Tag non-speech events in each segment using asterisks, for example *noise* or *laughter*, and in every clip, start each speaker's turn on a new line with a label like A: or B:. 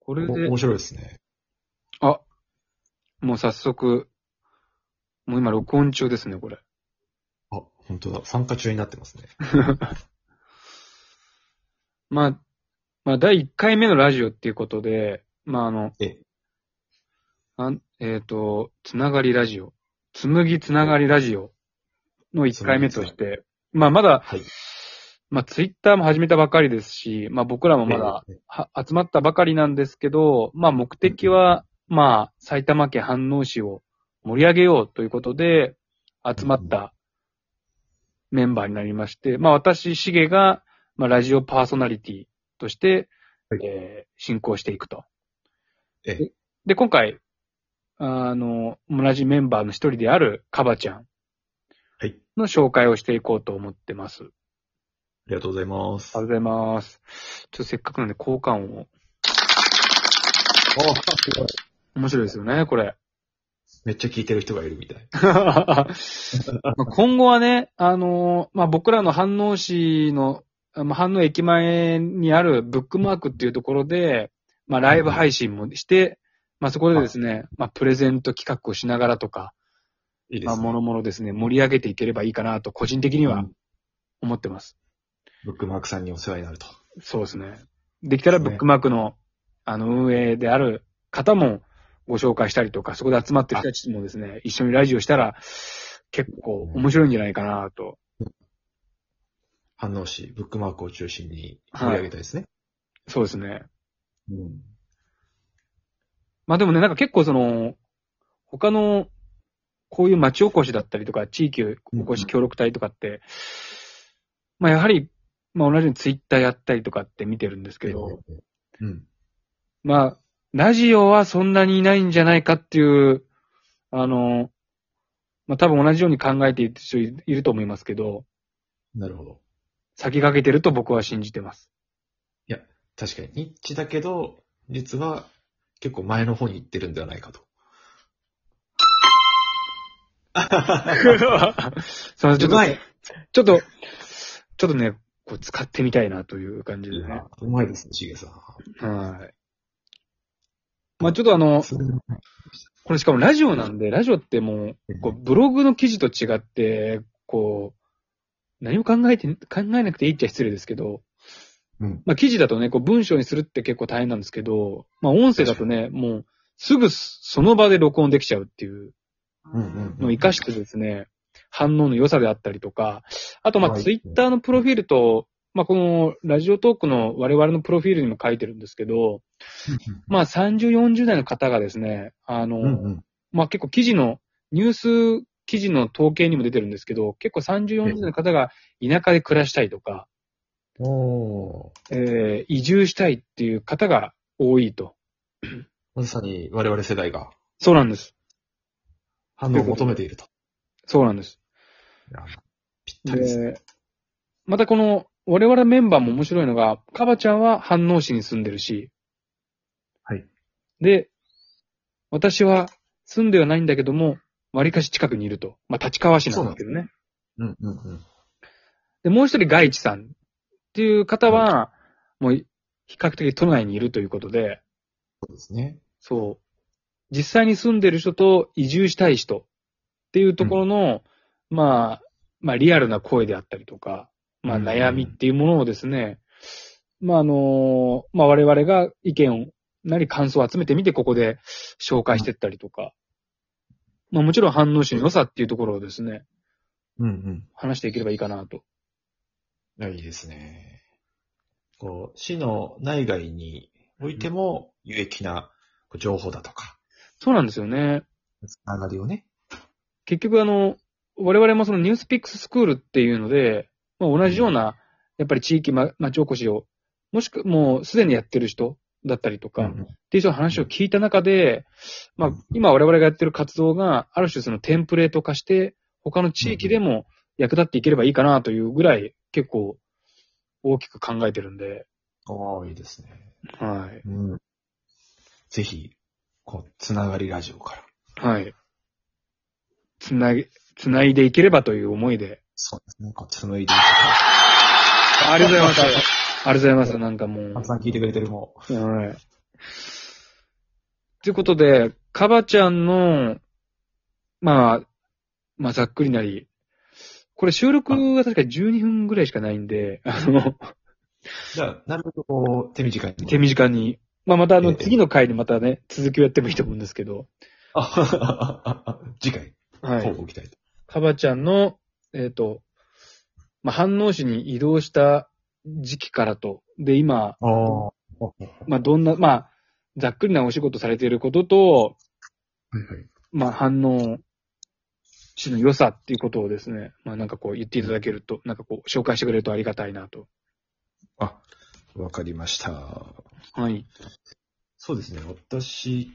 A: これ
B: お
A: で
B: 面、白いですね。
A: あ、もう早速、もう今録音中ですね、これ。
B: あ、本当だ。参加中になってますね。
A: まあ、まあ、第1回目のラジオっていうことで、まあ、あの、
B: え
A: あんえっ、と、つながりラジオ、紡ぎつながりラジオの1回目として、まあ、まだ、
B: はい。
A: まあ、ツイッターも始めたばかりですし、まあ、僕らもまだ
B: ええ
A: は集まったばかりなんですけど、まあ、目的は、まあ、埼玉県飯能市を盛り上げようということで、集まったメンバーになりまして、まあ、私、しげが、まあ、ラジオパーソナリティとして、
B: はい
A: えー進行していくと。
B: ええ
A: で、今回、あの、同じメンバーの一人である、カバちゃん
B: はい。
A: の紹介をしていこうと思ってます。
B: ありがとうございます。
A: ありがとうございます。ちょっとせっかくなんで交換音を。
B: あすごい
A: 面白いですよね、これ。 *laughs*
B: めっちゃ聞いてる人がいるみたい。
A: まあ今後はね、あのーまあ、僕らの飯能市の、まあ、飯能駅前にあるブックマークっていうところで、まあ、ライブ配信もして、まあ、そこでですね、まあ、プレゼント企画をしながらとか、
B: いいで
A: まあ、
B: すね。
A: もろもろですね、盛り上げていければいいかなと、個人的に
B: う
A: は
B: ん
A: 思ってます。
B: ブックマークさんにお世話になると。
A: そうですね。できたらブックマークの、あの、運営である方もご紹介したりとか、そこで集まってる人たちもですね、一緒にラジオしたら、結構面白いんじゃないかなと。
B: 反応し、ブックマークを中心に盛り上げたいですね。
A: そうですね。
B: うん。
A: まあでもね、なんか結構その、他の、こういう町おこしだったりとか、地域おこし協力隊とかって、まあやはり、まあ同じようにツイッターやったりとかって見てるんですけど、
B: うん。
A: まあ、ラジオはそんなにいないんじゃないかっていう、あの、まあ多分同じように考えている人いると思いますけど、
B: なるほど。
A: 先駆けてると僕は信じて
B: *laughs*
A: ます。
B: 確かに、ニッチだけど、実は結構前の方に行ってるんではない
A: *laughs*
B: かと。
A: すいません、ちょっと、ち
B: うまい
A: ょっと、ちょっとね、こう使ってみたいなという感じ
B: い
A: でね
B: や。 *laughs* うまいですね、しげさん。
A: はい。まあちょっとあの、これしかもラジオなんで、ラジオってもう、こうブログの記事と違って、こう、何も考えて、考えなくていいっちゃ失礼ですけど、
B: うん。
A: まあ記事だとね、こう文章にするって結構大変なんですけど、まあ音声だとね、もうすぐその場で録音できちゃうっていう
B: うんうんうん。
A: のを活かしてですね、反応の良さであったりとか、あとまあ
B: はい
A: ツイッターのプロフィールと、まあこのラジオトークの我々のプロフィールにも書いてるんですけど、まあ30、40代の方がですね、あの、
B: うんうん。
A: まあ結構記事の、ニュース記事の統計にも出てるんですけど、結構30、40代の方が田舎で暮らしたいとか、
B: おー
A: えー移住したいっていう方が多いと。
B: まさに我々世代が
A: そうなんです。
B: 反応を求めていると。
A: そうなんです。
B: いやぴったりですね。
A: で、またこの、我々メンバーも面白いのが、カバちゃんは飯能市に住んでるし、
B: はい。
A: で、私は住んではないんだけども、割かし近くにいると。まあ、立川市なんですけどね。
B: うんうんうん。
A: で、もう一人、外地さんっていう方は、もう、比較的都内にいるということで、
B: そうですね。
A: そう。実際に住んでる人と移住したい人っていうところの、まあ、まあリアルな声であったりとか、まあ
B: うん
A: 悩みっていうものをですね、まああの、まあ我々が意見を、なり感想を集めてみてここで紹介してったりとか、まあもちろん反応市の良さっていうところをですね、
B: うん
A: 話していければいいかなと。
B: うん。いやいいですね。こう、市の内外においても有益なこう情報だとか、
A: そうなんですよね。
B: つながりをね。
A: 結局あの、我々もそのニュースピックススクールっていうので、まあ、同じような、やっぱり地域、ま、町おこしを、もしくもうすでにやってる人だったりとか、っ
B: ん
A: ていう人の話を聞いた中で、まあ
B: うん、
A: 今我々がやってる活動が、ある種そのテンプレート化して、他の地域でも役立っていければいいかなというぐらい、結構大きく考えてるんで、
B: おーいいですね。
A: はい。
B: うん。ぜひ、こう、つながりラジオから。
A: はい。つなぎ、つないでいければという思いで。
B: そうですね。こう、紡いでい
A: ありがとうございます。ありがとうございます。なんかもう
B: た。。さん聞いてくれてるもう。
A: はい。ということで、カバちゃんの、まあ、まあ、ざっくりなり、これ収録が確か12分ぐらいしかないんで、あの、
B: じゃあ、なるべくこう、手短に。
A: 手短に。まあ、またあ
B: え
A: の、
B: え
A: 次の回にまたね、続きをやってもいいと思うんですけど、
B: あ *laughs* 次回、
A: は
B: こう
A: い。
B: ご期待。
A: カバちゃんの、えっ、と、まあ、反応市に移動した時期からと、で、今、
B: ああ。
A: まあ、どんな、まあ、ざっくりなお仕事されていることと、まあ、反応種の良さっていうことをですね、まあ、なんかこう言っていただけると、なんかこう紹介してくれるとありがたいなと。
B: あ、わかりました。
A: はい。
B: そうですね。私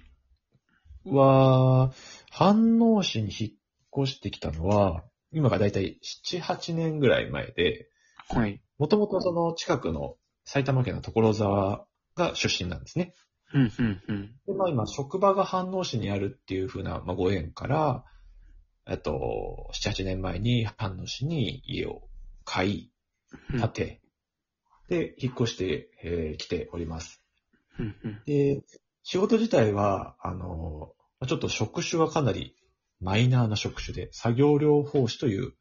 B: は、飯能市に引っ越してきたのは、今がだいたい7、8年ぐらい前で、
A: はい。
B: もともとその近くの埼玉県の所沢が出身なんですね。
A: うん、うん、うん。
B: で、まあ今、職場が飯能市にあるっていうふうな、まあ、ご縁から、えっと、7、8年前に飯能市に家を買い、
A: うん
B: 建て、で、引っ越してき、えー来ております。
A: うん、うん。
B: で、仕事自体は、あの、まあちょっと職種はかなりマイナーな職種で、作業療法士という、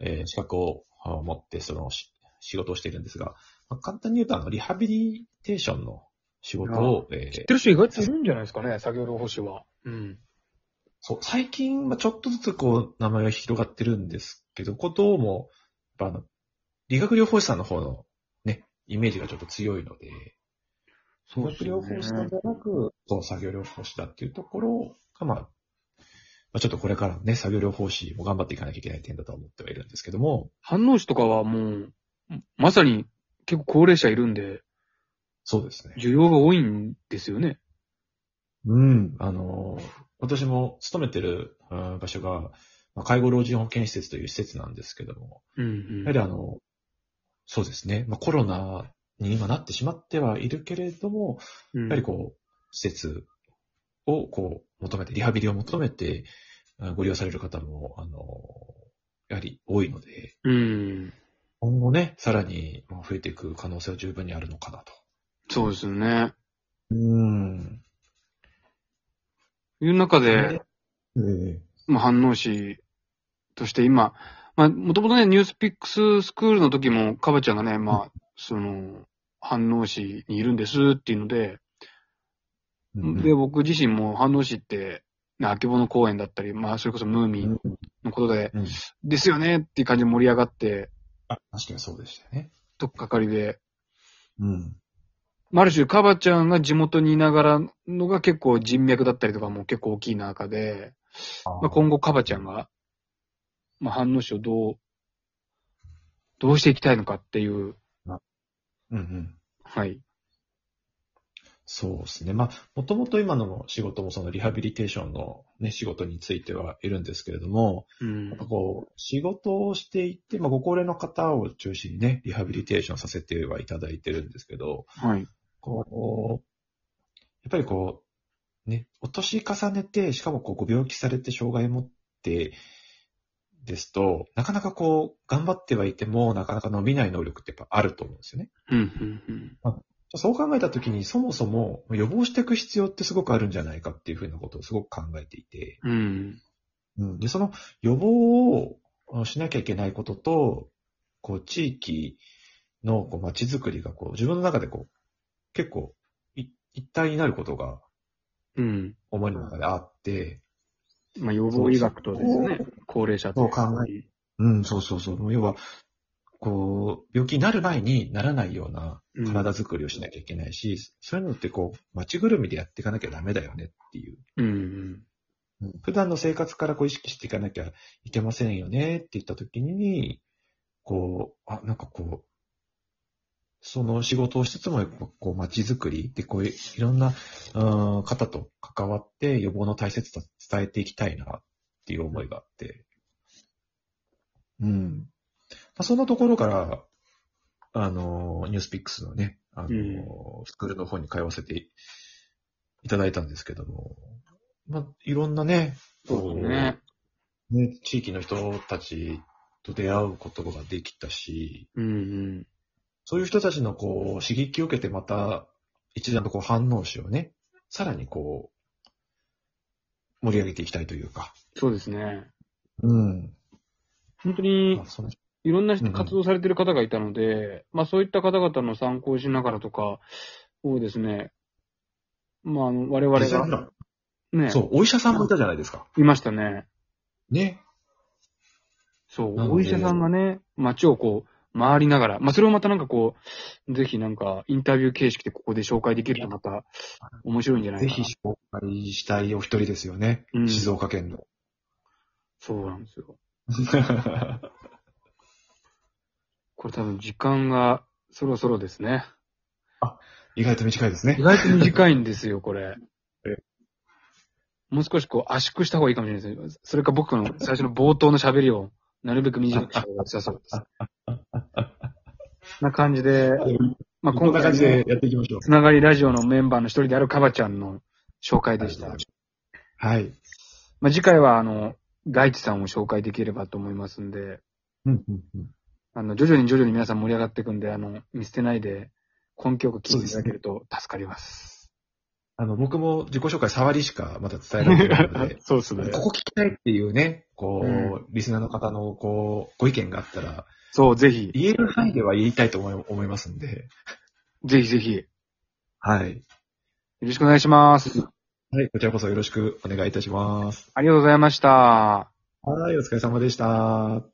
B: えー資格をあ持って、その、し仕事をしているんですが、まあ簡単に言うと、あの、リハビリテーションの仕事を、え
A: 知っ
B: ー
A: てる人意外といるんじゃないですかね、作業療法士は。うん。
B: そう、最近、まあちょっとずつこう、名前が広がってるんですけど、ことも、やっぱあの、理学療法士さんの方のね、イメージがちょっと強いので、
A: そうで
B: 理
A: す
B: 学
A: よ
B: 療
A: ね
B: 法士なんじゃなく、そう、作業療法士だっていうところが、まあ、まあ、ちょっとこれからのね、作業療法士も頑張っていかなきゃいけない点だとは思ってはいるんですけども、
A: 反応士とかはもう、まさに結構高齢者いるんで、
B: そうですね。
A: 需要が多いんですよね。
B: うん。あの、私も勤めてるうん場所が、まあ、介護老人保健施設という施設なんですけども、
A: うん、
B: や
A: う
B: は
A: ん。
B: りあの、そうですね、まあ、コロナに今なってしまってはいるけれども、
A: や
B: やはりこう、施設をこう、求めて、リハビリを求めて、あご利用される方も、あの、やはり多いので、
A: う。うん。
B: 今後ね、さらにまあ増えていく可能性は十分にあるのかなと。
A: そうですよね。
B: うん。
A: いう中で、
B: ええ
A: まあ、反応師として今、まあ、もともとね、ニュースピックススクールの時も、かばちゃんがね、まあ、その、反応師にいるんですっていうので、
B: うん
A: で、僕自身も反応師って、ね、あけぼの公園だったり、まあ、それこそムーミンのことで、
B: うん
A: ですよねっていう感じで盛り上がって、
B: あ確かにそうでしたね。
A: とっかかりで、
B: うん。
A: まあある種、かばちゃんが地元にいながらのが結構人脈だったりとかも結構大きい中で、まあ、今後、カバちゃんが、まあ、反応書をどう、どうしていきたいのかっていう、
B: うんうん。
A: はい。
B: そうですね。まあ、もともと今の仕事もそのリハビリテーションのね、仕事についてはいるんですけれども、
A: うん
B: やっぱこう、仕事をしていて、まあ、ご高齢の方を中心にね、リハビリテーションさせてはいただいてるんですけど、
A: はい。
B: こう、やっぱりこう、ね、お年重ねて、しかもこう、ご病気されて障害持って、ですと、なかなかこう、頑張ってはいても、なかなか伸びない能力ってやっぱあると思うんですよね。
A: うん、うん、うん。
B: そう考えたときに、そもそも予防していく必要ってすごくあるんじゃないかっていうふうなことをすごく考えていて、
A: うん。
B: うん、で、その予防をあのしなきゃいけないことと、こう、地域のこう街づくりがこう、自分の中でこう、結構い、一体になることが
A: うん。
B: 思いの中であって、
A: まあ、予防医学とですね、高齢者と。
B: そう考
A: え
B: うん、そうそうそう。要は、こう、病気になる前にならないような体づくりをしなきゃいけないし、そういうのってこう、街ぐるみでやっていかなきゃダメだよねっていう。
A: うん、うん。
B: 普段の生活からこう意識していかなきゃいけませんよねって言った時に、こう、あ、なんかこう、その仕事をしつつも、やっぱこう、街づくりで、こうい、いろんな、うん、方と関わって予防の大切さ伝えていきたいなっていう思いがあって。うん。まあ、そのところから、あの、ニュースピックスのね、あの、
A: う
B: スクールの方に通わせていただいたんですけども、まあ、いろんなね、
A: そうですね。
B: こうね地域の人たちと出会うことができたし、
A: うん、うん。
B: そういう人たちのこう、刺激を受けてまた、一段とこう反応しをね、さらにこう、盛り上げていきたいというか。
A: そうですね。
B: うん。
A: 本当に
B: まあ、その
A: いろんな
B: うんう
A: 人
B: ん
A: 活動されてる方がいたので、まあそういった方々の参考をしながらとか、そうですね。まあ、あの我々
B: 実際ほ
A: が
B: ら
A: ね、
B: そう、お医者さんもいたじゃないですか。
A: いましたね。
B: ね。
A: そう
B: な、ので
A: お医者さんがね、街をこう、回りながら、まあそれをまたなんかこう、ぜひなんかインタビュー形式でここで紹介できるとまた面白いんじゃないか
B: ぜ
A: な。
B: ひ紹介したいお一人ですよね。
A: うん
B: 静岡県の。 *laughs*
A: そうなんですよ。これ多分時間がそろそろですね。
B: 意外と短いです
A: 意
B: ね。
A: 外と短いんです *laughs* よ、これ
B: え。
A: もう少しこう圧縮した方がいいかもしれないですね。それか僕の最初の冒頭の喋りを、なるべく短くした方が良さそう
B: *laughs*
A: です。な感じで、まあ、
B: こ
A: 今
B: ん
A: 回
B: な感じ
A: の
B: でやっていきましょう。
A: つながりラジオのメンバーの一人であるカバちゃんの紹介でした。
B: はい。
A: まあ、次回は、あの、ガイチさんを紹介できればと思いますんで、
B: うんうんうん
A: あの、徐々に徐々に皆さん盛り上がっていくんで、あの、見捨てないで、根拠を聞いていただけると助かります。
B: あの、僕も自己紹介触りしかまだ伝えられてな
A: *laughs*
B: い *laughs* ので、
A: そうですね
B: ここ聞きたいっていうね、こう、
A: うん
B: リスナーの方のこう、ご意見があったら、
A: そう、ぜひ、
B: 言える範囲では言いたいと思い思いますんで、
A: ぜひぜひ、よ
B: はい。
A: ろしくお願いします。
B: はい、こちらこそよろしくお願いいたします。
A: ありがとうございました。
B: はい、お疲れ様でした。